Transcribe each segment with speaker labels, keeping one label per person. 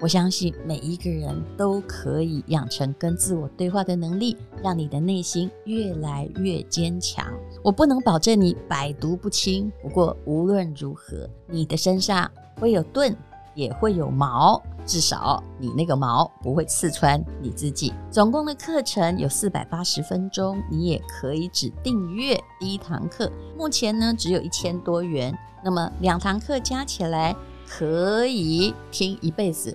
Speaker 1: 我相信每一个人都可以养成跟自我对话的能力，让你的内心越来越坚强。我不能保证你百毒不侵，不过无论如何，你的身上会有盾，也会有矛，至少你那个矛不会刺穿你自己。总共的课程有四百八十分钟，你也可以只订阅第一堂课。目前呢，只有一千多元，那么两堂课加起来可以听一辈子，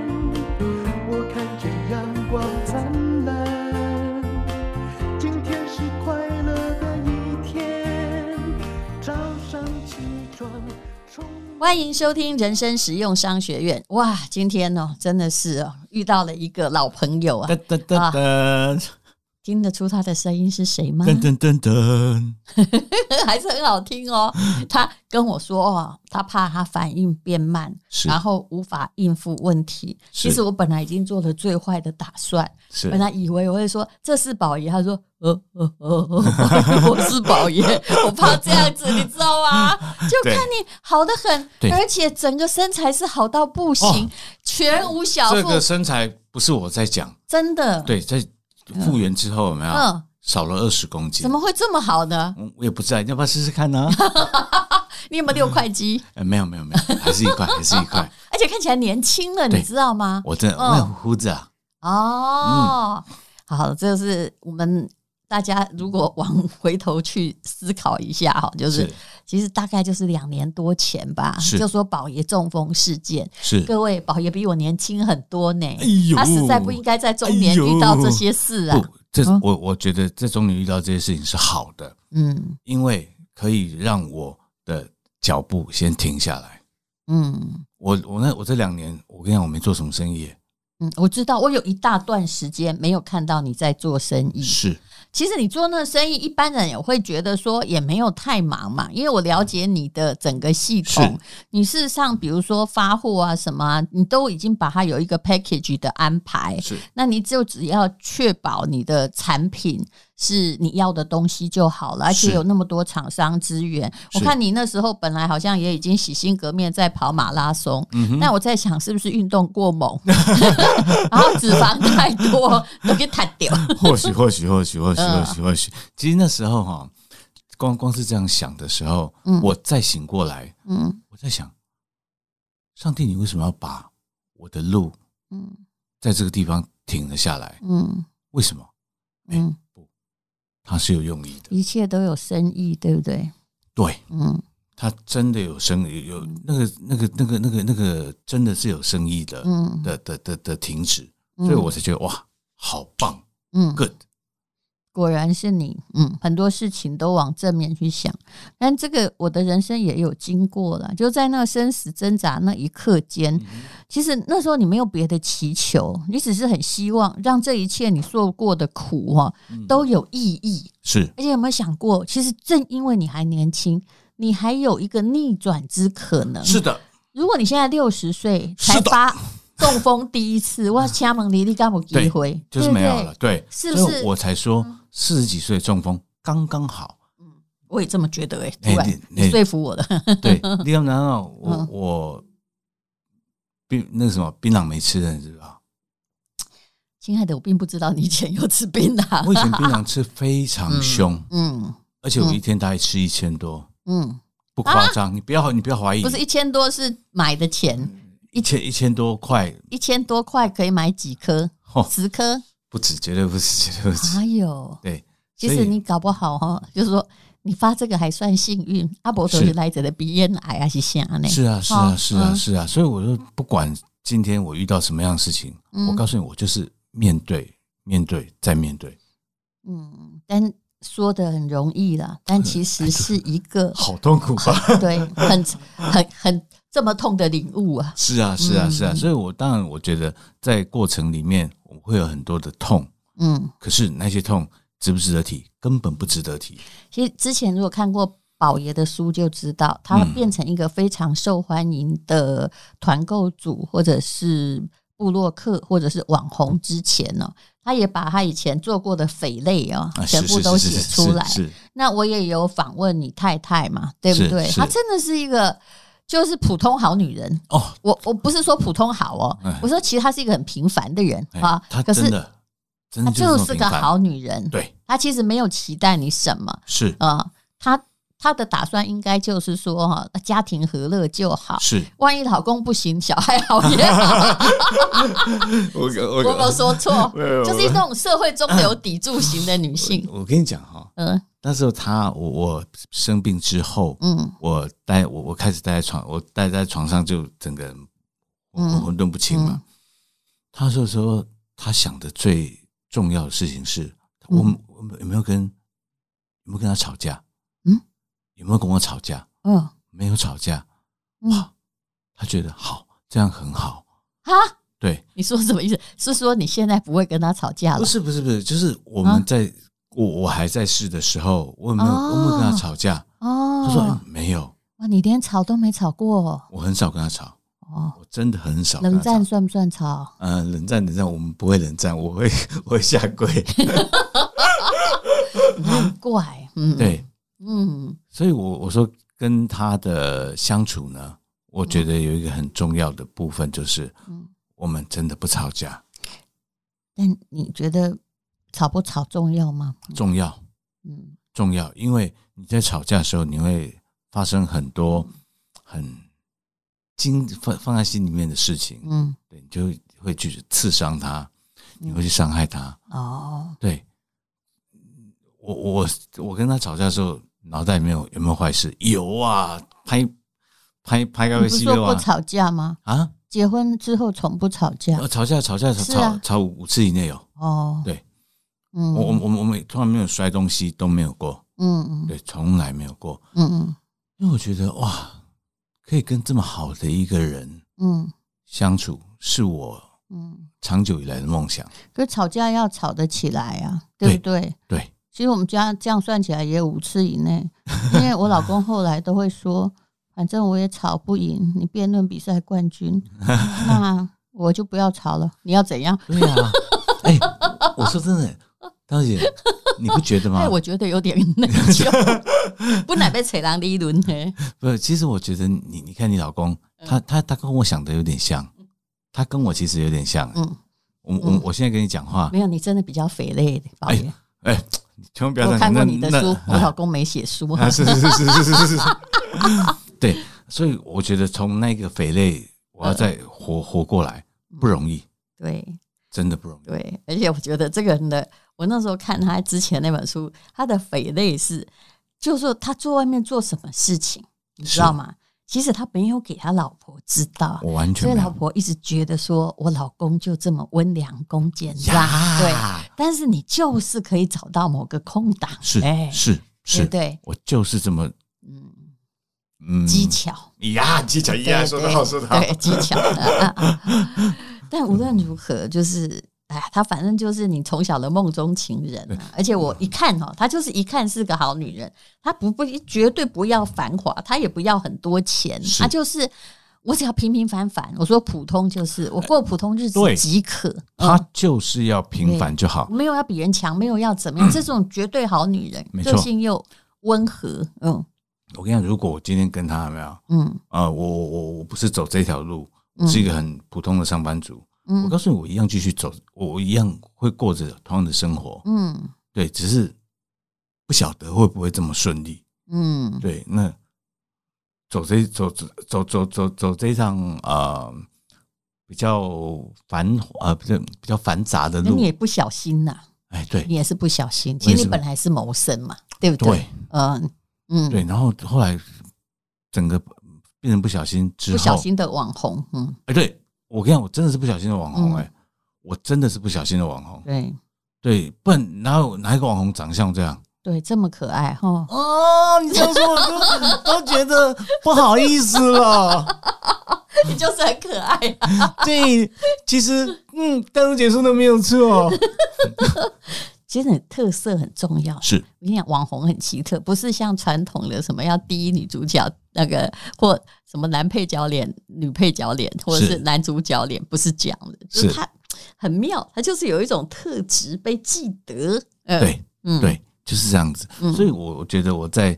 Speaker 2: 我看见阳光灿烂。今天是快乐的一天，早上起床充满
Speaker 1: 欢迎收听人生实用商学院。哇，今天哦，真的是哦，遇到了一个老朋友啊
Speaker 3: 噔！噔噔噔
Speaker 1: 听得出他的声音是谁吗？
Speaker 3: 噔噔噔噔，
Speaker 1: 还是很好听 哦。他跟我说哦，他怕他反应变慢，
Speaker 3: 是
Speaker 1: 然后无法应付问题。
Speaker 3: 是
Speaker 1: 其实我本来已经做了最坏的打算，本
Speaker 3: 是
Speaker 1: 来以为我会说这是宝爷，他说呃呃呃呃， 我是宝爷，我怕这样子，你知道吗？就
Speaker 3: 对
Speaker 1: 看你好的很，
Speaker 3: 对
Speaker 1: 而且整个身材是好到不行，
Speaker 3: 哦
Speaker 1: 全无小
Speaker 3: 这
Speaker 1: 腹，
Speaker 3: 个身材不是我在讲，
Speaker 1: 真的，
Speaker 3: 对，啊在复原之后有没有、
Speaker 1: 嗯，
Speaker 3: 少了二十公斤？
Speaker 1: 怎么会这么好呢？
Speaker 3: 嗯？我也不知道，要不要试试看 呢、
Speaker 1: 你有没有六块肌？
Speaker 3: 呃没有没有没有，还是一 块，还是一块。
Speaker 1: 而且看起来年轻了，
Speaker 3: 对
Speaker 1: 你知道吗？
Speaker 3: 我真的，
Speaker 1: 嗯
Speaker 3: 我有胡子啊，
Speaker 1: 哦，好，这是我们大家如果往回头去思考一下哈，就是
Speaker 3: 是
Speaker 1: 其实大概就是两年多前吧，
Speaker 3: 是
Speaker 1: 就说宝爷中风事件。
Speaker 3: 是，
Speaker 1: 各位，宝爷比我年轻很多呢，
Speaker 3: 哎呦
Speaker 1: 他实在不应该在中年
Speaker 3: 哎呦
Speaker 1: 遇到这些事啊。
Speaker 3: 不，这
Speaker 1: 嗯
Speaker 3: 我我觉得在中年遇到这些事情是好的，
Speaker 1: 嗯
Speaker 3: 因为可以让我的脚步先停下来。
Speaker 1: 嗯
Speaker 3: 我我那我这两年，我跟你讲，我没做什么生意，
Speaker 1: 嗯，我知道，我有一大段时间没有看到你在做生意，
Speaker 3: 是
Speaker 1: 其实你做那个生意，一般人也会觉得说也没有太忙嘛，因为我了解你的整个系统，你事实上比如说发货啊什么啊，你都已经把它有一个 package 的安排，
Speaker 3: 是
Speaker 1: 那你就只要确保你的产品是你要的东西就好了，而且
Speaker 3: 是
Speaker 1: 有那么多厂商资源。我
Speaker 3: 是
Speaker 1: 看你那时候本来好像也已经洗心革面在跑马拉松，
Speaker 3: 嗯
Speaker 1: 但我在想是不是运动过 猛，然后脂肪太多都给弹掉。
Speaker 3: 或许，或许，或许，或
Speaker 1: 嗯
Speaker 3: 许，或许，或许。其实那时候哈，光光是这样想的时候，
Speaker 1: 嗯
Speaker 3: 我再醒过来，
Speaker 1: 嗯
Speaker 3: 我在想，上帝，你为什么要把我的路
Speaker 1: 嗯
Speaker 3: 在这个地方停了下来？
Speaker 1: 嗯
Speaker 3: 为什么？哎
Speaker 1: 嗯，
Speaker 3: 它是有用意的，
Speaker 1: 一切都有生意，对不对？
Speaker 3: 对，
Speaker 1: 嗯
Speaker 3: 它真的有生意，有那个那个那个那个那个，真的是有生意的
Speaker 1: 嗯，
Speaker 3: 的的的的停止，
Speaker 1: 嗯
Speaker 3: 所以我才觉得哇，好棒
Speaker 1: 嗯
Speaker 3: ，good，
Speaker 1: 果然是你，嗯，很多事情都往正面去想。但这个我的人生也有经过了，就在那个生死挣扎那一刻间，
Speaker 3: 嗯
Speaker 1: 其实那时候你没有别的祈求，你只是很希望让这一切你受过的苦哈、
Speaker 3: 嗯
Speaker 1: 都有意义。
Speaker 3: 是
Speaker 1: 而且有没有想过，其实正因为你还年轻，你还有一个逆转之可能。
Speaker 3: 是的，
Speaker 1: 如果你现在六十岁才
Speaker 3: 是的
Speaker 1: 发中风第一次， 哇，掐门离离干不机会，
Speaker 3: 就
Speaker 1: 对
Speaker 3: 是
Speaker 1: 不
Speaker 3: 没有
Speaker 1: 对
Speaker 3: 了，对，
Speaker 1: 是不是嗯
Speaker 3: 所以我才说四十几岁中风刚刚好。
Speaker 1: 我也这么觉得哎、
Speaker 3: 哎
Speaker 1: 突然
Speaker 3: 你
Speaker 1: 你
Speaker 3: 你
Speaker 1: 说服我了。
Speaker 3: 对，你要拿到我、
Speaker 1: 嗯
Speaker 3: 我槟那个什么槟榔没吃的，你知道？
Speaker 1: 亲爱的，我并不知道你以前有吃槟榔。
Speaker 3: 我以前槟榔吃非常凶，
Speaker 1: 嗯
Speaker 3: 而且我一天大概吃一千多，
Speaker 1: 嗯，
Speaker 3: 不夸张、你不要你不嗯要怀疑，
Speaker 1: 不是一千多是买的钱，
Speaker 3: 一千一千多块，
Speaker 1: 一千多块可以买几颗？
Speaker 3: 哦，
Speaker 1: 十颗？
Speaker 3: 不止，绝对不止，绝对不止。
Speaker 1: 哎呦，
Speaker 3: 对，
Speaker 1: 其
Speaker 3: 所
Speaker 1: 实
Speaker 3: 以
Speaker 1: 你搞不好哈，就是说你发这个还算幸运，阿伯就是是来者的鼻咽癌还是啥呢？
Speaker 3: 是啊，是啊，
Speaker 1: 哦
Speaker 3: 是啊，
Speaker 1: 嗯
Speaker 3: 是啊，所以我说，不管今天我遇到什么样的事情，
Speaker 1: 嗯
Speaker 3: 我告诉你，我就是面对，面对，再面对，
Speaker 1: 嗯，但说的很容易啦，但其实是一个
Speaker 3: 哎好痛苦吧？
Speaker 1: 对很很很这么痛的领悟啊。
Speaker 3: 是啊，是啊，是啊，
Speaker 1: 嗯
Speaker 3: 所以我当然我觉得，在过程里面我会有很多的痛，
Speaker 1: 嗯，
Speaker 3: 可是那些痛值不值得提？根本不值得提。
Speaker 1: 其实之前如果看过宝爷的书就知道，他
Speaker 3: 嗯
Speaker 1: 变成一个非常受欢迎的团购组或者是部落客或者是网红之前呢、哦，他也把他以前做过的匪类哦
Speaker 3: 啊，，
Speaker 1: 全
Speaker 3: 是
Speaker 1: 部
Speaker 3: 是
Speaker 1: 都
Speaker 3: 是
Speaker 1: 写
Speaker 3: 是
Speaker 1: 出来。
Speaker 3: 是是
Speaker 1: 那我也有访问你太太嘛，对不
Speaker 3: 是
Speaker 1: 对？
Speaker 3: 是
Speaker 1: 她真的是一个就是普通好女人。
Speaker 3: 哦，
Speaker 1: 我我不是说普通好哦
Speaker 3: 哎，
Speaker 1: 我说其实她是一个很平凡的人
Speaker 3: 哎
Speaker 1: 啊
Speaker 3: 她，
Speaker 1: 可是
Speaker 3: 真的，真
Speaker 1: 她
Speaker 3: 的
Speaker 1: 就
Speaker 3: 这么
Speaker 1: 是
Speaker 3: 平
Speaker 1: 个
Speaker 3: 凡
Speaker 1: 好女人。
Speaker 3: 对，
Speaker 1: 她其实没有期待你什么，
Speaker 3: 是
Speaker 1: 啊，她她的打算应该就是说哈，呃家庭和乐就好。
Speaker 3: 是，
Speaker 1: 万一老公不行，小孩好也好，
Speaker 3: 我
Speaker 1: 我有没有说错，
Speaker 3: 没有
Speaker 1: 就是那种社会中流砥柱型的女性。
Speaker 3: 我跟你讲哈、
Speaker 1: 嗯
Speaker 3: 那时候他我我生病之后，
Speaker 1: 嗯
Speaker 3: 我待我我开始待在床，我待在床上就整个人
Speaker 1: 嗯
Speaker 3: 混混沌不清嘛。他说说他想的最重要的事情是，我
Speaker 1: 嗯
Speaker 3: 我有没有跟有没有跟他吵架？
Speaker 1: 嗯，
Speaker 3: 有没有跟我吵架？
Speaker 1: 嗯
Speaker 3: 没有吵架，
Speaker 1: 嗯
Speaker 3: 哇，他觉得好，这样很好。
Speaker 1: 啊，
Speaker 3: 对，
Speaker 1: 你说什么意思？是说你现在不会跟他吵架
Speaker 3: 不
Speaker 1: 了？
Speaker 3: 是不是不是，就是我
Speaker 1: 啊
Speaker 3: 们在、我我还在世的时候，我有没有、我有没有跟他
Speaker 1: 哦
Speaker 3: 吵架？他说、
Speaker 1: 哦
Speaker 3: 哎，没有，
Speaker 1: 哇，你连吵都没吵过哦
Speaker 3: 我很少跟他吵，
Speaker 1: 哦。
Speaker 3: 我真的很少跟
Speaker 1: 冷
Speaker 3: 他吵
Speaker 1: 战。算不算吵？
Speaker 3: 呃，冷战，冷战，我们不会冷战，我会我会下 跪。
Speaker 1: 难怪，嗯，，
Speaker 3: 对，
Speaker 1: 嗯
Speaker 3: 所以我我说跟他的相处呢，我觉得有一个很重要的部分就是，
Speaker 1: 嗯。
Speaker 3: 我们真的不吵架，
Speaker 1: 但你觉得吵不吵重要吗？
Speaker 3: 重要
Speaker 1: 嗯
Speaker 3: 重要，因为你在吵架的时候，你会发生很多很经放放在心里面的事情，
Speaker 1: 嗯
Speaker 3: 对，你就会去刺伤他，你
Speaker 1: 嗯
Speaker 3: 会去伤害他，
Speaker 1: 哦，
Speaker 3: 对，我我我跟他吵架的时候，脑袋里面有有没有坏事？有啊，拍拍拍
Speaker 1: 你
Speaker 3: 高
Speaker 1: 不
Speaker 3: 个
Speaker 1: 是
Speaker 3: 西
Speaker 1: 说
Speaker 3: 柚
Speaker 1: 不
Speaker 3: 啊
Speaker 1: 吵架吗？
Speaker 3: 啊！
Speaker 1: 结婚之后从不吵架
Speaker 3: 呃吵架吵架吵
Speaker 1: 是啊
Speaker 3: 吵吵五次以内有，
Speaker 1: 哦。
Speaker 3: 对，
Speaker 1: 嗯，
Speaker 3: 我我我们我们从来没有摔东西都没有过，
Speaker 1: 嗯嗯
Speaker 3: 对，从来没有过。
Speaker 1: 嗯
Speaker 3: 因为我觉得哇，可以跟这么好的一个人
Speaker 1: 嗯
Speaker 3: 相处，是我
Speaker 1: 嗯，
Speaker 3: 长久以来的梦想。
Speaker 1: 可是吵架要吵得起来啊，对不对？
Speaker 3: 对，
Speaker 1: 其实我们家这样算起来也五次以内， 因为我老公后来都会说，反正我也吵不赢你辩论比赛冠军， 那我就不要吵了。你要 怎样？
Speaker 3: 对啊，哎、我说真的，大姐，你不觉得吗
Speaker 1: 哎，？我觉得有点内疚， 不然被扯狼的一轮嘿。
Speaker 3: 不是，其实我觉得你，你看你老公，他
Speaker 1: 嗯
Speaker 3: 他他跟我想的有点像，他跟我其实有点像。
Speaker 1: 嗯，
Speaker 3: 我我我现在跟你讲话，
Speaker 1: 没有，你真的比较肥累的，宝爷。
Speaker 3: 哎，你千万不要
Speaker 1: 我
Speaker 3: 这样
Speaker 1: 看过
Speaker 3: 那
Speaker 1: 你的
Speaker 3: 那
Speaker 1: 书，我
Speaker 3: 啊
Speaker 1: 老公没写书。
Speaker 3: 啊，是是是是是是是，对，所以我觉得从那个匪类，我要再活、活过来不容易，
Speaker 1: 对
Speaker 3: 真的不容易。
Speaker 1: 嗯对，而且我觉得这个人的，我那时候看他之前那本书，他的匪类是，就是说他做外面做什么事情，你知
Speaker 3: 是
Speaker 1: 道吗？其实他没有给他老婆知道，
Speaker 3: 我完全
Speaker 1: 所以
Speaker 3: 没
Speaker 1: 老
Speaker 3: 有
Speaker 1: 婆一直觉得说我老公就这么温良恭俭让，对。
Speaker 3: 呀，
Speaker 1: 但是你就是可以找到某个空档，
Speaker 3: 是
Speaker 1: 哎，
Speaker 3: 是
Speaker 1: 对
Speaker 3: 是，
Speaker 1: 对，
Speaker 3: 我就是这么
Speaker 1: 嗯，
Speaker 3: 嗯
Speaker 1: 技巧。
Speaker 3: 呀，技巧呀，说得好说得好，
Speaker 1: 对，技 巧。 但无论如何，就是哎呀，她反正就是你从小的梦中情人啊。而且我一看哦，她就是一看是个好女人，她不不绝对不要繁华，她也不要很多钱，
Speaker 3: 是
Speaker 1: 她就是。我只要平平凡凡，我说普通就是我过普通日子
Speaker 3: 对
Speaker 1: 即可，
Speaker 3: 他
Speaker 1: 嗯
Speaker 3: 就是要平凡就好。
Speaker 1: 没有要比人强，没有要怎么样，这种绝对好女人，
Speaker 3: 嗯没错
Speaker 1: 个性又温和，嗯
Speaker 3: 我跟你讲，如果我今天跟他有没有，
Speaker 1: 嗯
Speaker 3: 呃，我我我我不是走这条路，
Speaker 1: 嗯
Speaker 3: 是一个很普通的上班族。我告
Speaker 1: 嗯
Speaker 3: 诉你，我一样继续走，我我一样会过着同样的生活。
Speaker 1: 嗯
Speaker 3: 对，只是不晓得会不会这么顺利。
Speaker 1: 嗯
Speaker 3: 对，那走这走走走走走走这一趟呃比较繁华呃，不是比较繁杂的
Speaker 1: 那你
Speaker 3: 路
Speaker 1: 也。不小心呐、
Speaker 3: 哎，对
Speaker 1: 你也是不小心。
Speaker 3: 我
Speaker 1: 其
Speaker 3: 也
Speaker 1: 实
Speaker 3: 是
Speaker 1: 你本来是谋生嘛，对不
Speaker 3: 对
Speaker 1: 嗯嗯，
Speaker 3: 对，然后后来整个变成不小心之
Speaker 1: 不小
Speaker 3: 后，
Speaker 1: 心的网红，嗯，
Speaker 3: 哎，对我跟你讲，我真的是不小心的网红
Speaker 1: 嗯
Speaker 3: 哎、我真的是不小心的网红。
Speaker 1: 对
Speaker 3: 对，不然哪有哪一个网红长相这样？
Speaker 1: 对，这么可爱哈。
Speaker 3: 哦，你这样说我都 都觉得不好意思了。
Speaker 1: 你就是很可爱、啊
Speaker 3: 对，其实嗯，淡如姐说的没有错，
Speaker 1: 其实你特色很重要。
Speaker 3: 是
Speaker 1: 我跟你讲，网红很奇特，不是像传统的什么要第一女主角那个或什么男配角脸、女配角脸，或者
Speaker 3: 是
Speaker 1: 是男主角脸，不是讲的，就是他很妙，他就是有一种特质被记得。呃，
Speaker 3: 对
Speaker 1: 嗯，
Speaker 3: 对，就是这样子
Speaker 1: 嗯。
Speaker 3: 所以我我觉得我在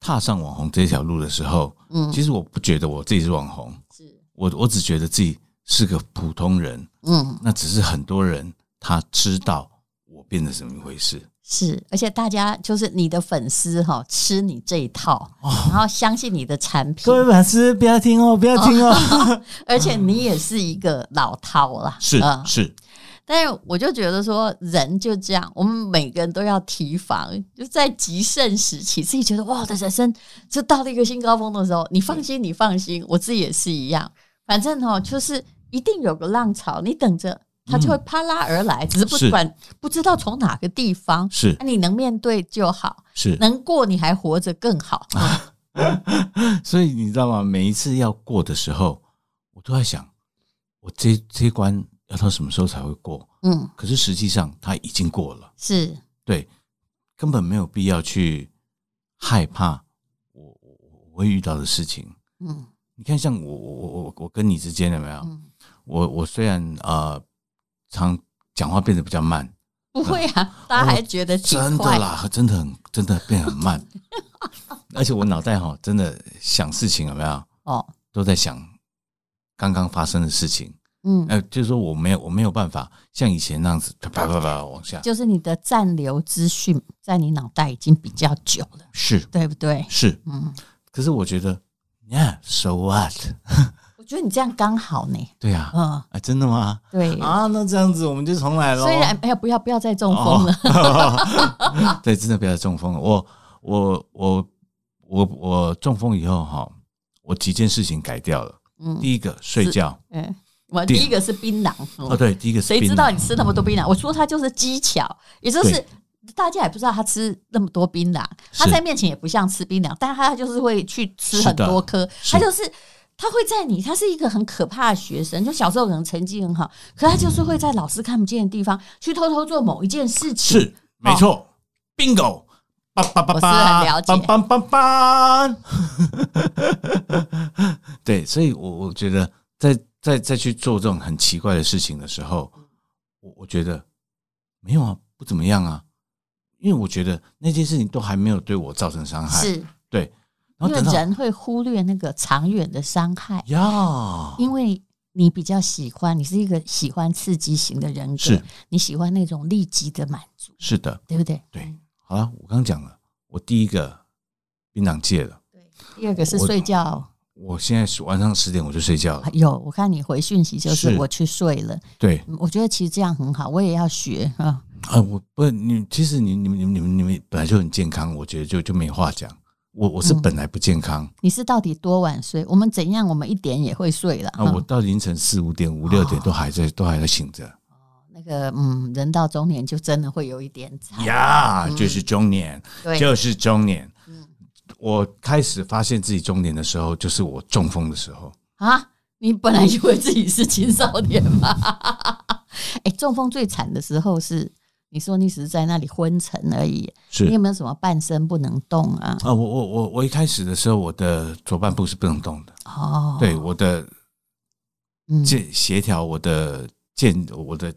Speaker 3: 踏上网红这条路的时候，
Speaker 1: 嗯，
Speaker 3: 其实我不觉得我自己是网红，
Speaker 1: 是，
Speaker 3: 我我只觉得自己是个普通人。
Speaker 1: 嗯，
Speaker 3: 那只是很多人他知道我变得怎么一回事。
Speaker 1: 是，而且大家就是你的粉丝哈，吃你这一套，然后相信你的产品，
Speaker 3: 哦粉丝不要听哦，不要听哦。
Speaker 1: 而且你也是一个老饕啦，
Speaker 3: 是
Speaker 1: 嗯
Speaker 3: 是，
Speaker 1: 但是我就觉得说，人就这样，我们每个人都要提防。就在极盛时期，自己觉得哇，我的人生就到了一个新高峰的时候，你放心，你放心，我自己也是一样。反正哦，就是一定有个浪潮，你等着，它就会啪啦而来，只是不
Speaker 3: 嗯是
Speaker 1: 管不知道从哪个地方。
Speaker 3: 是
Speaker 1: 那、你能面对就好，
Speaker 3: 是，
Speaker 1: 能过你还活着更好。
Speaker 3: 啊 所以你知道吗？每一次要过的时候，我都在想，我这这一关要到什么时候才会过？
Speaker 1: 嗯，
Speaker 3: 可是实际上他已经过了，
Speaker 1: 是，
Speaker 3: 对，根本没有必要去害怕我我我我会遇到的事情。
Speaker 1: 嗯
Speaker 3: 你看，像我我我我我跟你之间有没有？
Speaker 1: 嗯，
Speaker 3: 我我虽然呃常讲话变得比较慢，
Speaker 1: 不会啊，大家还觉得挺
Speaker 3: 嗯哦真
Speaker 1: 快
Speaker 3: 的啦，真的很真的变 很慢，而且我脑袋哈真的想事情有没有
Speaker 1: 哦，
Speaker 3: 都在想刚刚发生的事情，
Speaker 1: 嗯，
Speaker 3: 呃，就是说我没有我没有办法像以前那样子啪啪啪啪往下，
Speaker 1: 就是你的暂留资讯在你脑袋已经比较久了，
Speaker 3: 是
Speaker 1: 对不对？
Speaker 3: 是，
Speaker 1: 嗯，
Speaker 3: 可是我觉得，Yeah，so what？
Speaker 1: 我觉得你这样刚好呢。
Speaker 3: 对呀、啊，
Speaker 1: 嗯，
Speaker 3: 啊，真的吗？
Speaker 1: 对。
Speaker 3: 啊，那这样子我们就重来喽。
Speaker 1: 虽然哎呀，不要不要再中风了。
Speaker 3: 哦 对，真的不要中风了。我我我我我中风以后哈，我几件事情改掉了。
Speaker 1: 嗯，
Speaker 3: 第一个睡觉
Speaker 1: 嗯，我第一个是槟榔。
Speaker 3: 哦，对，第一个是
Speaker 1: 谁
Speaker 3: 槟
Speaker 1: 知
Speaker 3: 榔
Speaker 1: 道你吃那么多槟榔？我说他就是技巧，也就是
Speaker 3: 对
Speaker 1: 大家也不知道他吃那么多槟榔，他
Speaker 3: 是
Speaker 1: 在面前也不像吃槟榔，但他就是会去吃很多颗，
Speaker 3: 是
Speaker 1: 他就是。他会在你，他是一个很可怕的学生，就小时候可能成绩很好，可他就是会在老师看不见的地方去偷偷做某一件事情。
Speaker 3: 是没错，bingo，叭叭叭
Speaker 1: 哦我是
Speaker 3: 叭，
Speaker 1: 很了解
Speaker 3: 叭叭叭叭。 对，所以我我觉得在在在去做这种很奇怪的事情的时候，我我觉得没有啊，不怎么样啊，因为我觉得那件事情都还没有对我造成伤害。
Speaker 1: 是，
Speaker 3: 对，
Speaker 1: 因
Speaker 3: 然后
Speaker 1: 为
Speaker 3: 等到
Speaker 1: 人会忽略那个长远的伤害，
Speaker 3: 呀，
Speaker 1: 因为你比较喜欢，你是一个喜欢刺激型的人格
Speaker 3: 是，
Speaker 1: 你喜欢那种立即的满足，
Speaker 3: 是的，
Speaker 1: 对不对？
Speaker 3: 对，好了，我刚讲了，我第一个槟榔戒了，
Speaker 1: 第二个是
Speaker 3: 我
Speaker 1: 睡觉，
Speaker 3: 我现在是晚上十点我就睡觉了。
Speaker 1: 有我看你回讯息就是
Speaker 3: 是
Speaker 1: 我去睡了，
Speaker 3: 对，
Speaker 1: 嗯我觉得其实这样很好，我也要学啊。
Speaker 3: 啊，我不，你其实你你们你们你们你们本来就很健康，我觉得就就没话讲。我我是
Speaker 1: 嗯
Speaker 3: 本来不健康，
Speaker 1: 你是到底多晚睡？我们怎样？我们一点也会睡了。
Speaker 3: 那、啊我到凌晨四五点、五六
Speaker 1: 哦
Speaker 3: 点都还在、都还在醒着
Speaker 1: 嗯那个嗯，人到中年就真的会有一点惨。
Speaker 3: 呀就是中年，
Speaker 1: 嗯对，嗯
Speaker 3: 就是中年。我开始发现自己中年的时候，就是我中风的时候。
Speaker 1: 啊，你本来以为自己是青少年吧？哎、中风最惨的时候是，你说你只是在那里昏沉而已，
Speaker 3: 是
Speaker 1: 你有没有什么半身不能动啊？
Speaker 3: 啊，我我我我一开始的时候，我的左半部是不能动的，
Speaker 1: 哦，
Speaker 3: 对，我的
Speaker 1: 嗯，
Speaker 3: 健协调我的健我的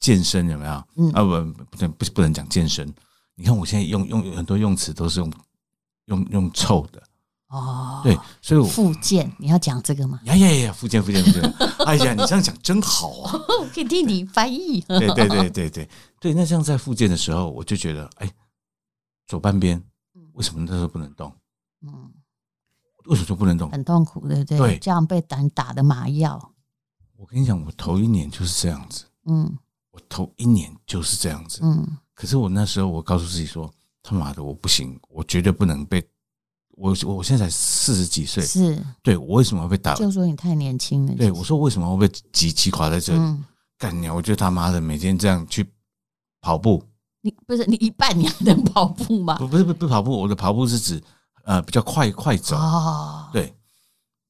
Speaker 3: 健身有没有？
Speaker 1: 嗯
Speaker 3: 啊，不不能不不能讲健身，你看我现在用用很多用词都是用用用臭的，
Speaker 1: 哦，
Speaker 3: 对，，所以我
Speaker 1: 附件，你要讲这个吗？
Speaker 3: 呀呀呀呀，福建福建福建，哎呀，你这样讲真好啊！
Speaker 1: 我哦可以替你翻译。
Speaker 3: 对对对对对对，那像在复健的时候，我就觉得，哎，左半边为什么那时候不能动？
Speaker 1: 嗯，
Speaker 3: 为什么就不能动？
Speaker 1: 很痛苦，对不对？
Speaker 3: 对
Speaker 1: 这样被打打的麻药。
Speaker 3: 我跟你讲，我头一年就是这样子，
Speaker 1: 嗯
Speaker 3: 我头一年就是这样子。
Speaker 1: 嗯
Speaker 3: 可是我那时候，我告诉自己说，他妈的，我不行，我绝对不能被我我我现在才四十几岁，
Speaker 1: 是，
Speaker 3: 对我为什么要被打？
Speaker 1: 就说你太年轻了。
Speaker 3: 对
Speaker 1: 其实
Speaker 3: 我说，为什么要被击击垮在这里？
Speaker 1: 嗯，
Speaker 3: 干娘，我就他妈的每天这样去跑步，
Speaker 1: 你不是你一半你还能跑步吗？
Speaker 3: 不不是不不跑步，我的跑步是指呃比较快快走，
Speaker 1: 哦，
Speaker 3: 对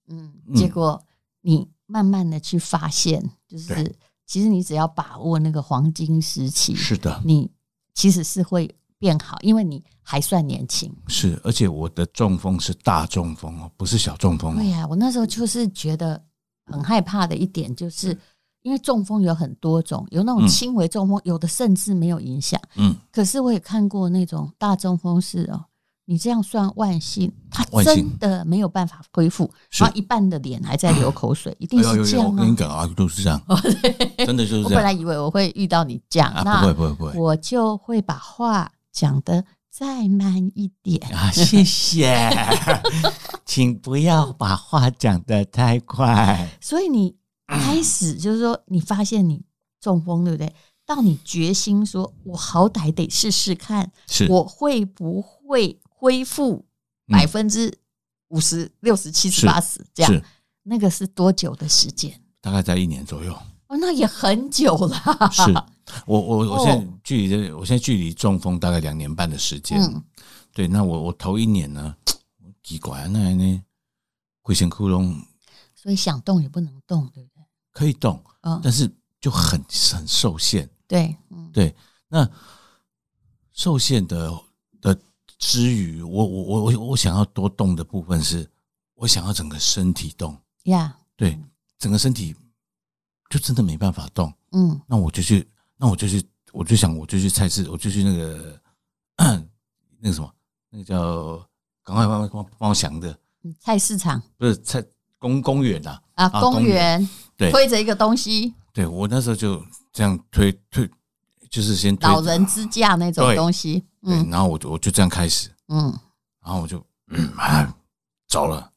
Speaker 1: 嗯，
Speaker 3: 嗯
Speaker 1: 结果你慢慢的去发现，就是
Speaker 3: 对
Speaker 1: 其实你只要把握那个黄金时期，
Speaker 3: 是的，
Speaker 1: 你其实是会变好，因为你还算年轻。
Speaker 3: 是，而且我的中风是大中风哦，不是小中风
Speaker 1: 对
Speaker 3: 哦，
Speaker 1: 呀、我那时候就是觉得很害怕的一点，就是因为中风有很多种，有那种
Speaker 3: 嗯
Speaker 1: 轻微中风，有的甚至没有影响。
Speaker 3: 嗯，
Speaker 1: 可是我也看过那种大中风是哦，你这样算万幸，他
Speaker 3: 万幸
Speaker 1: 真的没有办法恢复，
Speaker 3: 是
Speaker 1: 然后一半的脸还在流口水，一定
Speaker 3: 哎呦
Speaker 1: 是这
Speaker 3: 呦
Speaker 1: 样
Speaker 3: 呦我
Speaker 1: 吗、哦
Speaker 3: 跟你讲啊，就是这样，真的就是
Speaker 1: 我
Speaker 3: 这
Speaker 1: 本来
Speaker 3: 样
Speaker 1: 以为我会遇到你这样，
Speaker 3: 啊，不会
Speaker 1: 那
Speaker 3: 不会不会
Speaker 1: 我就会把话讲的再慢一点。
Speaker 3: 啊，谢 谢，请不要把话讲得太快，
Speaker 1: 所以你开始就是说，你发现你中风，对不对？到你决心说，我好歹得试试看，
Speaker 3: 是
Speaker 1: 我会不会恢复
Speaker 3: 嗯
Speaker 1: 百分之五十、六十、七十、
Speaker 3: 是
Speaker 1: 八十这样？
Speaker 3: 是，
Speaker 1: 那个是多久的时间？
Speaker 3: 大概在一年左右，
Speaker 1: 哦，那也很久了。
Speaker 3: 是我我我现在
Speaker 1: 哦
Speaker 3: 距离这，我现在距离中风大概两年半的时间。
Speaker 1: 嗯
Speaker 3: 对，那我我头一年呢，奇怪，那呢，龟仙窟窿
Speaker 1: 所以想动也不能动，对不对？
Speaker 3: 可以动，
Speaker 1: 嗯，
Speaker 3: 但是就很很受限。
Speaker 1: 对，嗯，
Speaker 3: 对，那受限的的之余，我我我我我想要多动的部分是，我想要整个身体动，
Speaker 1: 呀，
Speaker 3: 对，整个身体就真的没办法动。
Speaker 1: 嗯，
Speaker 3: 那我就去，那我就去，我就想，我就去菜市，我就去那个那个什么，那个叫赶快帮我帮我帮我想的，
Speaker 1: 菜市场
Speaker 3: 不是菜公公园啊，
Speaker 1: 啊，
Speaker 3: 啊
Speaker 1: 公
Speaker 3: 公园
Speaker 1: 园
Speaker 3: 对
Speaker 1: 推着一个东西，
Speaker 3: 对我那时候就这样推推，就是先推
Speaker 1: 老人支架那种
Speaker 3: 对
Speaker 1: 东西，
Speaker 3: 对
Speaker 1: 嗯，
Speaker 3: 然后我就我就这样开始，
Speaker 1: 嗯。
Speaker 3: 然后我就嗯啊走了，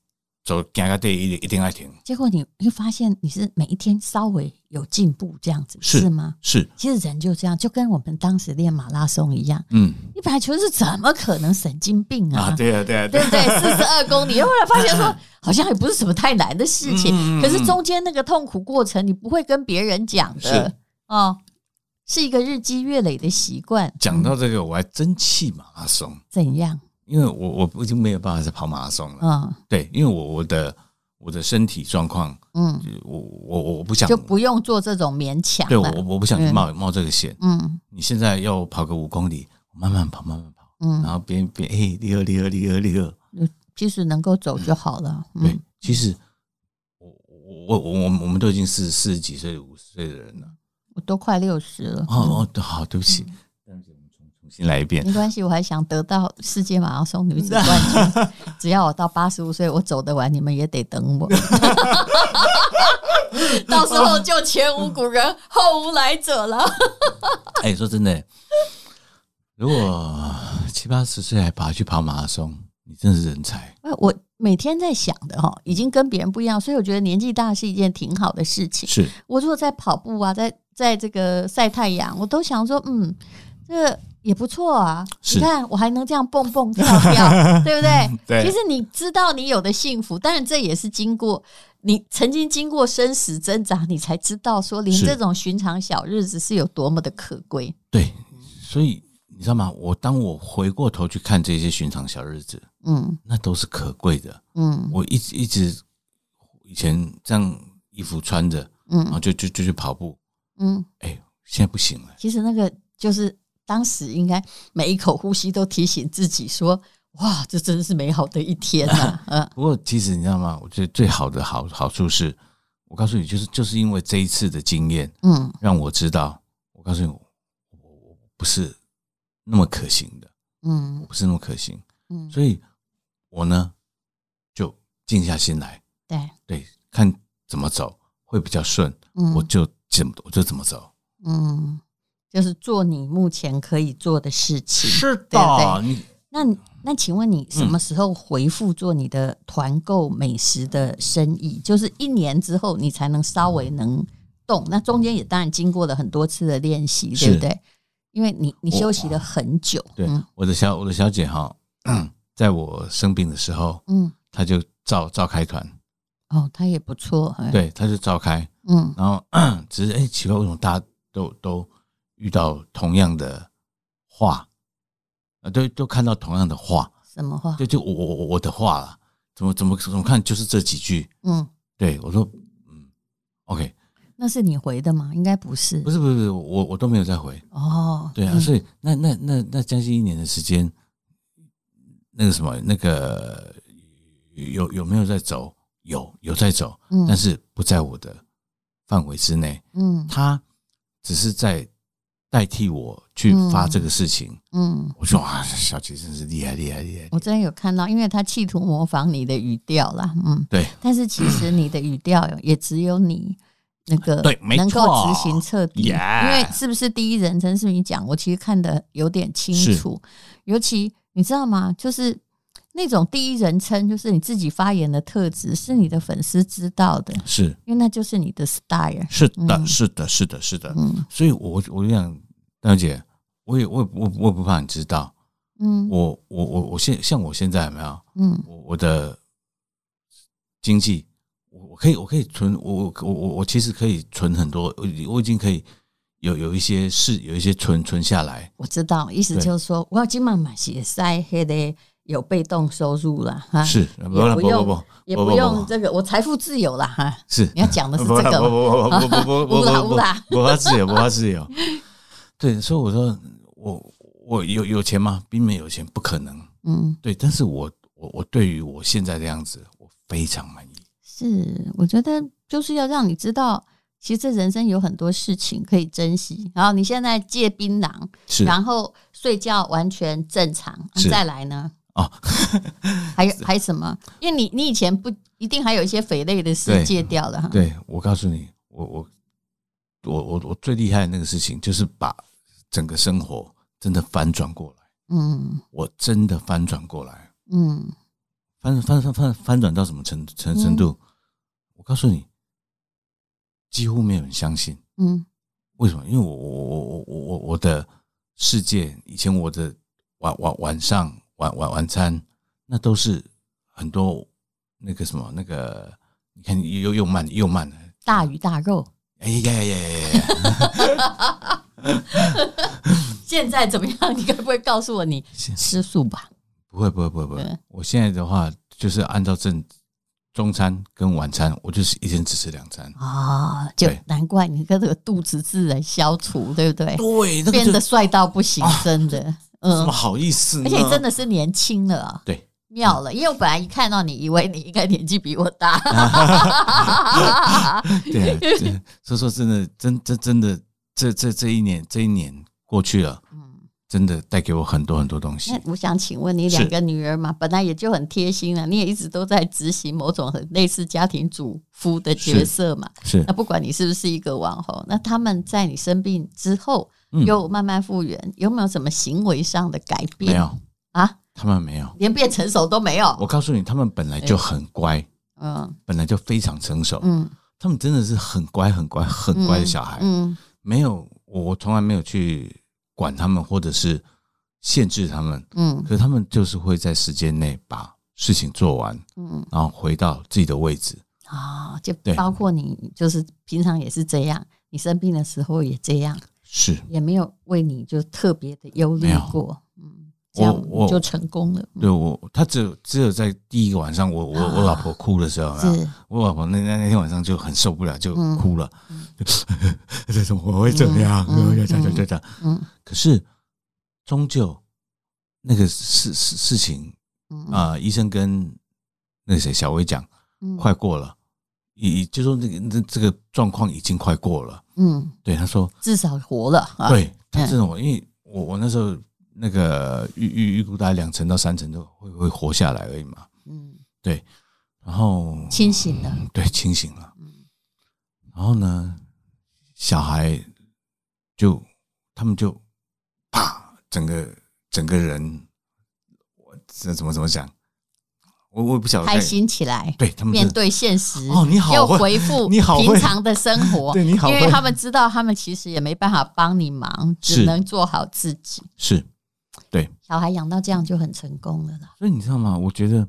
Speaker 3: 走行个地一定一定爱停，
Speaker 1: 结果你会发现你是每一天稍微有进步这样子，
Speaker 3: 是
Speaker 1: 吗？
Speaker 3: 是
Speaker 1: 其实人就这样，就跟我们当时练马拉松一样，
Speaker 3: 嗯
Speaker 1: 你本来就是怎么可能神经病啊？
Speaker 3: 啊对啊对啊
Speaker 1: 对
Speaker 3: 啊
Speaker 1: 不对？四十二公里，后来发现说好像也不是什么太难的事情，
Speaker 3: 嗯嗯嗯
Speaker 1: 可是中间那个痛苦过程，你不会跟别人讲的
Speaker 3: 是
Speaker 1: 哦，是一个日积月累的习惯。
Speaker 3: 讲
Speaker 1: 嗯
Speaker 3: 到这个我还真气马拉松，
Speaker 1: 怎样？
Speaker 3: 因为我我已经没有办法再跑马拉松了。
Speaker 1: 嗯
Speaker 3: 对，因为我我的我的身体状况，呃
Speaker 1: 嗯，
Speaker 3: 我我我我不想
Speaker 1: 就不用做这种勉强
Speaker 3: 对我
Speaker 1: 了。
Speaker 3: 我不想去冒、冒这个险。
Speaker 1: 嗯
Speaker 3: 你现在要跑个五公里，我慢慢跑，慢慢跑，
Speaker 1: 嗯，
Speaker 3: 然后边边哎，厉害厉害厉害厉害。
Speaker 1: 其实能够走就好了。
Speaker 3: 对
Speaker 1: 嗯，，
Speaker 3: 其实我我我我我们都已经是四十几岁、五十岁的人了。
Speaker 1: 我都快六十了。嗯
Speaker 3: 哦哦，好，对不起，对不起，我们重重新来一遍
Speaker 1: 没。关系，我还想得到世界马拉松女子冠军。只要我到八十五岁，我走得完，你们也得等我。到时候就前无古人后无来者了。
Speaker 3: 哎，说真的，如果七八十岁还跑去跑马拉松，你真是人才。
Speaker 1: 我每天在想的哈，已经跟别人不一样，所以我觉得年纪大是一件挺好的事情。
Speaker 3: 是
Speaker 1: 我如果在跑步啊，在在这个晒太阳，我都想说，嗯，这个也不错啊。
Speaker 3: 是
Speaker 1: 你看，我还能这样蹦蹦跳 跳，对不对？
Speaker 3: 对
Speaker 1: 其实你知道你有的幸福，当然这也是经过你曾经经过生死挣扎，你才知道说，连
Speaker 3: 是
Speaker 1: 这种寻常小日子是有多么的可贵。
Speaker 3: 对，所以你知道吗？我当我回过头去看这些寻常小日子，
Speaker 1: 嗯
Speaker 3: 那都是可贵的。
Speaker 1: 嗯
Speaker 3: 我一直一直以前这样衣服穿着，然后
Speaker 1: 嗯
Speaker 3: 就就就去跑步，
Speaker 1: 嗯，
Speaker 3: 哎，现在不行了。
Speaker 1: 其实那个就是当时应该每一口呼吸都提醒自己说，哇，这真是美好的一天 啊！嗯
Speaker 3: 不过其实你知道吗？我觉得最好的好好处是，我告诉你，就是就是因为这一次的经验，
Speaker 1: 嗯
Speaker 3: 让我知道，我告诉你，我我我不是那么可行的，
Speaker 1: 嗯
Speaker 3: 不是那么可行。
Speaker 1: 嗯，
Speaker 3: 所以，我呢就静下心来，
Speaker 1: 对，
Speaker 3: 对，看怎么走会比较顺，
Speaker 1: 嗯，
Speaker 3: 我就怎么我就怎么走。
Speaker 1: 嗯，就是做你目前可以做的事情。对
Speaker 3: 的，
Speaker 1: 对
Speaker 3: 你
Speaker 1: 那你那请问你
Speaker 3: 嗯
Speaker 1: 什么时候回复做你的团购美食的生意？就是一年之后你才能稍微能动。那中间也当然经过了很多次的练习，
Speaker 3: 是
Speaker 1: 对不对？因为你你
Speaker 3: 我
Speaker 1: 休息了很久，
Speaker 3: 对
Speaker 1: 嗯
Speaker 3: 我的小我的小姐哈，在我生病的时候，
Speaker 1: 嗯
Speaker 3: 她就召召开团，
Speaker 1: 哦，他也不错，哎，
Speaker 3: 对，她就召开，
Speaker 1: 嗯
Speaker 3: 然后 只是哎、奇怪，为什么大家都都遇到同样的话，啊，都都看到同样的话，
Speaker 1: 什么话？
Speaker 3: 对，就我我我我的话了，怎么怎么怎么看就是这几句，
Speaker 1: 嗯，
Speaker 3: 对我说，嗯，OK，
Speaker 1: 那是你回的吗？应该不是，
Speaker 3: 不是不是不是，我我都没有再回，
Speaker 1: 哦，
Speaker 3: 对啊，
Speaker 1: 嗯
Speaker 3: 所以那那那那将近一年的时间，那个什么那个有有没有在走？有有在走，
Speaker 1: 嗯
Speaker 3: 但是不在我的范围之内。
Speaker 1: 嗯
Speaker 3: 他只是在代替我去发这个事情。
Speaker 1: 嗯。
Speaker 3: 我说啊，小杰真是厉害厉害厉害！
Speaker 1: 我真的有看到，因为他企图模仿你的语调啦，嗯，
Speaker 3: 对
Speaker 1: 但是其实你的语调也只有你那个
Speaker 3: 对没
Speaker 1: 能够
Speaker 3: 错
Speaker 1: 执行彻底，因
Speaker 3: Yeah
Speaker 1: 为是不是第一人称是你讲，我其实看得有点清楚，尤其你知道吗？就是那种第一人称，就是你自己发言的特质，是你的粉丝知道的，
Speaker 3: 是
Speaker 1: 因为那就是你的 style，
Speaker 3: 是的、
Speaker 1: 嗯
Speaker 3: 是的是的是的，
Speaker 1: 嗯
Speaker 3: 所以我我就想，大姐，我也我也我我也不怕你知道，
Speaker 1: 嗯
Speaker 3: 我我我我现像我现在有没有？
Speaker 1: 嗯
Speaker 3: 我我的经济，我我可以我可以存，我我我我我其实可以存很多，我我已经可以有有一些是有一些存存下来，
Speaker 1: 我知道，意思
Speaker 3: 对
Speaker 1: 就是说，我要今晚买鞋塞黑的有被动收入了哈，
Speaker 3: 是不不不不不
Speaker 1: 也不用这个，我财富自由了哈。
Speaker 3: 是
Speaker 1: 你要讲的是
Speaker 3: 不
Speaker 1: 这个
Speaker 3: 不
Speaker 1: 吗？
Speaker 3: 不不不不不不不不怕自由，不怕自由。对，所以我说我我有有钱吗？并没有钱，不可能。
Speaker 1: 嗯，
Speaker 3: 对，但是我我我对于我现在的样子，我非常满意。
Speaker 1: 是，我觉得就是要让你知道，其实这人生有很多事情可以珍惜。然后你现在戒槟榔，
Speaker 3: 是
Speaker 1: 然后睡觉完全正常，
Speaker 3: 是
Speaker 1: 再来呢？
Speaker 3: 哦，
Speaker 1: 还有还什么？因为你你以前不一定还有一些肥类的事
Speaker 3: 对
Speaker 1: 戒掉了哈。
Speaker 3: 对我告诉你，我我我我我最厉害的那个事情，就是把整个生活真的反转过来，
Speaker 1: 嗯
Speaker 3: 我真的翻转过来，
Speaker 1: 嗯
Speaker 3: 翻翻翻翻翻转到什么程程程度？我告诉你，几乎没有人相信。
Speaker 1: 嗯
Speaker 3: 为什么？因为我我我我我我我的世界，以前我的晚晚晚上晚晚晚餐，那都是很多那个什么那个，你看又又又慢又慢了。
Speaker 1: 大鱼大肉。
Speaker 3: 哎呀呀呀呀呀！呀
Speaker 1: 现在怎么样？ 你该不会告诉我你吃素吧？
Speaker 3: 不会不会不会不会
Speaker 1: 对，
Speaker 3: 我现在的话就是按照正中餐跟晚餐，我就是一天只吃两餐。
Speaker 1: 啊、就
Speaker 3: 对
Speaker 1: 难怪你跟这个肚子自然消除，对不对？
Speaker 3: 对，那个
Speaker 1: 变
Speaker 3: 就哦
Speaker 1: 得帅到不行，真的，
Speaker 3: 怎
Speaker 1: 嗯
Speaker 3: 么，好意思呢？
Speaker 1: 而且你真的是年轻了啊，
Speaker 3: 对，
Speaker 1: 妙
Speaker 3: 嗯
Speaker 1: 了，因为我本来一看到你，以为你应该年纪比我 大，
Speaker 3: 对 啊，这说说真的，真真真的，这这这一年，这一年过去了，
Speaker 1: 嗯
Speaker 3: 真的带给我很多很多东西
Speaker 1: 那。我想请问你，
Speaker 3: 是
Speaker 1: 两个女儿嘛，本来也就很贴心啊了，你也一直都在执行某种很类似家庭主夫的角色嘛，
Speaker 3: 是
Speaker 1: 那不管你是不是一个网红，那他们在你生病之后
Speaker 3: 嗯
Speaker 1: 又慢慢复原，有没有什么行为上的改变？
Speaker 3: 没有，
Speaker 1: 啊，
Speaker 3: 他们没有。
Speaker 1: 连变成熟都没有。
Speaker 3: 我告诉你，他们本来就很乖，
Speaker 1: 嗯
Speaker 3: 本来就非常成熟。
Speaker 1: 嗯，
Speaker 3: 他们真的是很乖、很乖、很乖的小孩，
Speaker 1: 嗯
Speaker 3: 没有我，我从来没有去管他们，或者是限制他们。
Speaker 1: 嗯
Speaker 3: 可他们就是会在时间内把事情做完，
Speaker 1: 嗯
Speaker 3: 然后回到自己的位置。
Speaker 1: 啊、就
Speaker 3: 对
Speaker 1: 包括你，就是平常也是这样，你生病的时候也这样，
Speaker 3: 是
Speaker 1: 也没有为你就特别的忧虑
Speaker 3: 没有
Speaker 1: 过。嗯，这
Speaker 3: 我
Speaker 1: 样
Speaker 3: 我
Speaker 1: 你就成功了。嗯
Speaker 3: 对我，他只有只有在第一个晚上，我我我老婆哭的时候，有没有
Speaker 1: 啊是，
Speaker 3: 我老婆那那那天晚上就很受不了，就哭了， 就这怎么会这样？
Speaker 1: 嗯
Speaker 3: 就这样
Speaker 1: 嗯
Speaker 3: 就这样。
Speaker 1: 嗯
Speaker 3: 可是终究那个事事事情
Speaker 1: 嗯
Speaker 3: 啊、医生跟那谁小薇讲，
Speaker 1: 嗯
Speaker 3: 快过了，已就说那个那这个状况已经快过了。
Speaker 1: 嗯，
Speaker 3: 对，他说，
Speaker 1: 至少活了啊。
Speaker 3: 对，
Speaker 1: 嗯
Speaker 3: 他这种，因为我我那时候那个预预预估大概两成到三成都会会活下来而已嘛。
Speaker 1: 嗯，
Speaker 3: 然后
Speaker 1: 清醒了，
Speaker 3: 对清醒了，
Speaker 1: 嗯
Speaker 3: 然后呢，小孩就他们就啪，整个整个人，我这怎么怎么讲？我我也不晓得该
Speaker 1: 开，心起来，
Speaker 3: 对他们
Speaker 1: 面
Speaker 3: 真的
Speaker 1: 对现实。
Speaker 3: 哦，你好
Speaker 1: 又
Speaker 3: 会
Speaker 1: 回复
Speaker 3: 你好会
Speaker 1: 平常的生活，
Speaker 3: 对你好
Speaker 1: 因
Speaker 3: 会
Speaker 1: 为他们知道他们其实也没办法帮你忙，只
Speaker 3: 是
Speaker 1: 能做好自己。
Speaker 3: 是，
Speaker 1: 小孩养到这样就很成功了啦，
Speaker 3: 所以你知道吗？我觉得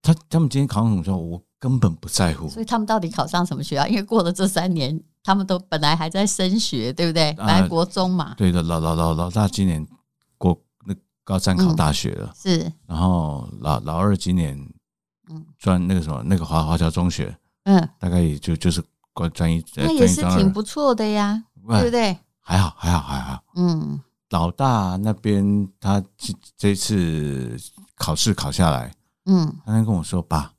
Speaker 3: 他他们今天考上什么学校，我根本不在乎。
Speaker 1: 所以他们到底考上什么学校？因为过了这三年，他们都本来还在升学，对不对？本来国中嘛，
Speaker 3: 对的，老老老老大今年国那高三考大学了，
Speaker 1: 是，
Speaker 3: 然后老老二今年
Speaker 1: 嗯
Speaker 3: 专那个什么那个华华侨中学，
Speaker 1: 嗯，
Speaker 3: 大概也就就是关专一，呃
Speaker 1: 那也
Speaker 3: 专一
Speaker 1: 是
Speaker 3: 专二
Speaker 1: 挺不错的呀，对不
Speaker 3: 哎
Speaker 1: 对？
Speaker 3: 还好还好还好。
Speaker 1: 嗯，
Speaker 3: 老大那边他这这次考试考下来，
Speaker 1: 嗯
Speaker 3: 他跟我说：“爸，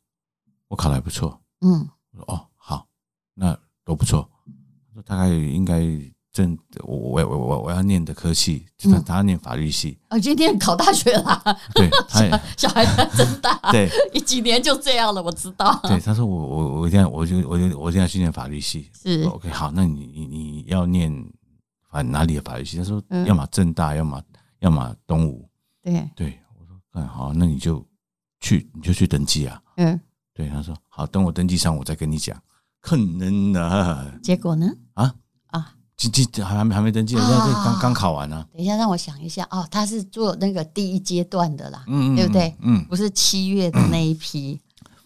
Speaker 3: 我考的还不错。”
Speaker 1: 嗯
Speaker 3: 我说哦，好，那都不错。他说大概应该正我我我我我要念的科系，就他
Speaker 1: 嗯
Speaker 3: 他要念法律系，
Speaker 1: 哦，今天考大学啦，
Speaker 3: 对， 他也
Speaker 1: 小孩真大，
Speaker 3: 对
Speaker 1: 一几年就这样了，我知道。
Speaker 3: 对，他说我我我一定要我就我就我一定要去念法律系。
Speaker 1: 是
Speaker 3: 我说 OK，好，那你你你要念法哪里的法律系？他说
Speaker 1: 嗯
Speaker 3: 要么正大，要么要么东吴。
Speaker 1: 对，
Speaker 3: 对我说嗯好，那你就去你就去登记啊。
Speaker 1: 嗯，
Speaker 3: 对，他说好，等我登记上我再跟你讲。 可能呢
Speaker 1: 结果呢？
Speaker 3: 啊，
Speaker 1: 啊，
Speaker 3: 今今还没还没登记，人家这刚
Speaker 1: 啊
Speaker 3: 刚考完呢、啊。
Speaker 1: 等一下，让我想一下哦，他是做那个第一阶段的啦，
Speaker 3: 嗯，嗯
Speaker 1: 对不对？
Speaker 3: 嗯，
Speaker 1: 不是七月的那一批。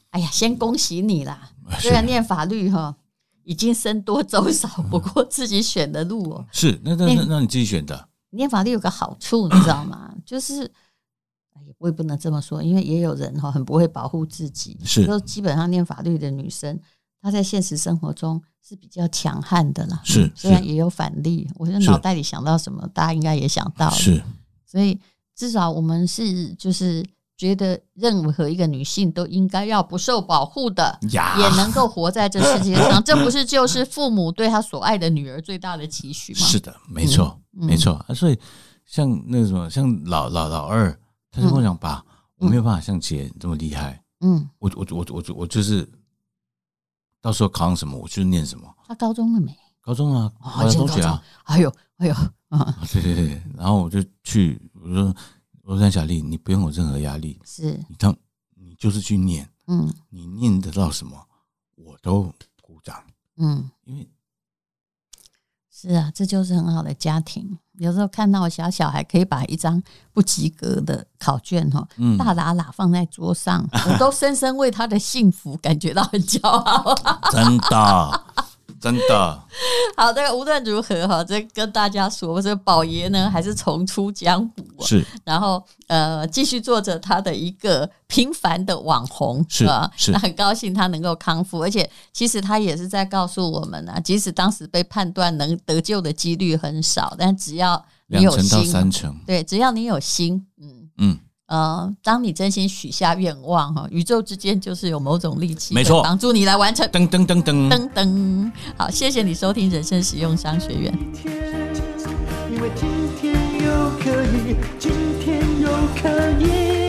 Speaker 1: 哎呀，先恭喜啊你啦！虽然
Speaker 3: 是嗯
Speaker 1: 念法律哈，已经僧多粥少，不过自己选的路哦。
Speaker 3: 是，那那
Speaker 1: 那
Speaker 3: 那那你自己选的，
Speaker 1: 念法律有个好处，你知道 吗？就是，哎呀，我也不能这么说，因为也有人哈很不会保护自己，
Speaker 3: 是
Speaker 1: 就基本上念法律的女生，她在现实生活中是比较强悍的啦。
Speaker 3: 是
Speaker 1: 虽然也有反例，我就脑
Speaker 3: 是
Speaker 1: 袋里想到什么，大家应该也想到了。
Speaker 3: 是
Speaker 1: 所以至少我们是就是觉得任何一个女性都应该要不受保护的，
Speaker 3: 呀，
Speaker 1: 也能够活在这世界
Speaker 3: 啊
Speaker 1: 上，这不是就是父母对她所爱的女儿最大的期许吗？
Speaker 3: 是的，没错，
Speaker 1: 嗯
Speaker 3: 没错啊。所以像那个什么，像老老老二，他就跟我讲爸，我没有办法像姐这么厉害，
Speaker 1: 嗯，
Speaker 3: 我我我我我就是到时候考上什么，我就是念什么，
Speaker 1: 她高中了没？
Speaker 3: 高中啊，
Speaker 1: 哦
Speaker 3: 华侨中
Speaker 1: 已
Speaker 3: 学啊，，
Speaker 1: 经高中哎呦，哎呦，嗯，
Speaker 3: 对对对。然后我就去，我说我说小丽，你不用有任何压力，
Speaker 1: 是，
Speaker 3: 你当你就是去念，
Speaker 1: 嗯
Speaker 3: 你念得到什么，我都鼓掌。
Speaker 1: 嗯，
Speaker 3: 因为
Speaker 1: 是啊，这就是很好的家庭。有时候看到小小孩可以把一张不及格的考卷哈、哦，
Speaker 3: 嗯，
Speaker 1: 大喇喇放在桌 上，我都深深为他的幸福感觉到很骄傲。
Speaker 3: 真的真的
Speaker 1: 好的，无论如何哈，这跟大家说，这宝爷呢还是重出江湖、啊，
Speaker 3: 是
Speaker 1: 然后呃继续做着他的一个平凡的网红，
Speaker 3: 是
Speaker 1: 啊
Speaker 3: 是
Speaker 1: 那很高兴他能够康复，而且其实他也是在告诉我们啊，即使当时被判断能得救的几率很少，但只要你
Speaker 3: 两
Speaker 1: 有
Speaker 3: 成到
Speaker 1: 心，
Speaker 3: 三成，
Speaker 1: 对，只要你有心，嗯。
Speaker 3: 嗯，
Speaker 1: 呃，当你真心许下愿望哈，宇宙之间就是有某种力气，
Speaker 3: 没错
Speaker 1: 帮助你来完成。
Speaker 3: 噔噔噔噔
Speaker 1: 噔噔，好，谢谢你收听人生实用商学院。
Speaker 2: 天，因为今天又可以，今天又可以。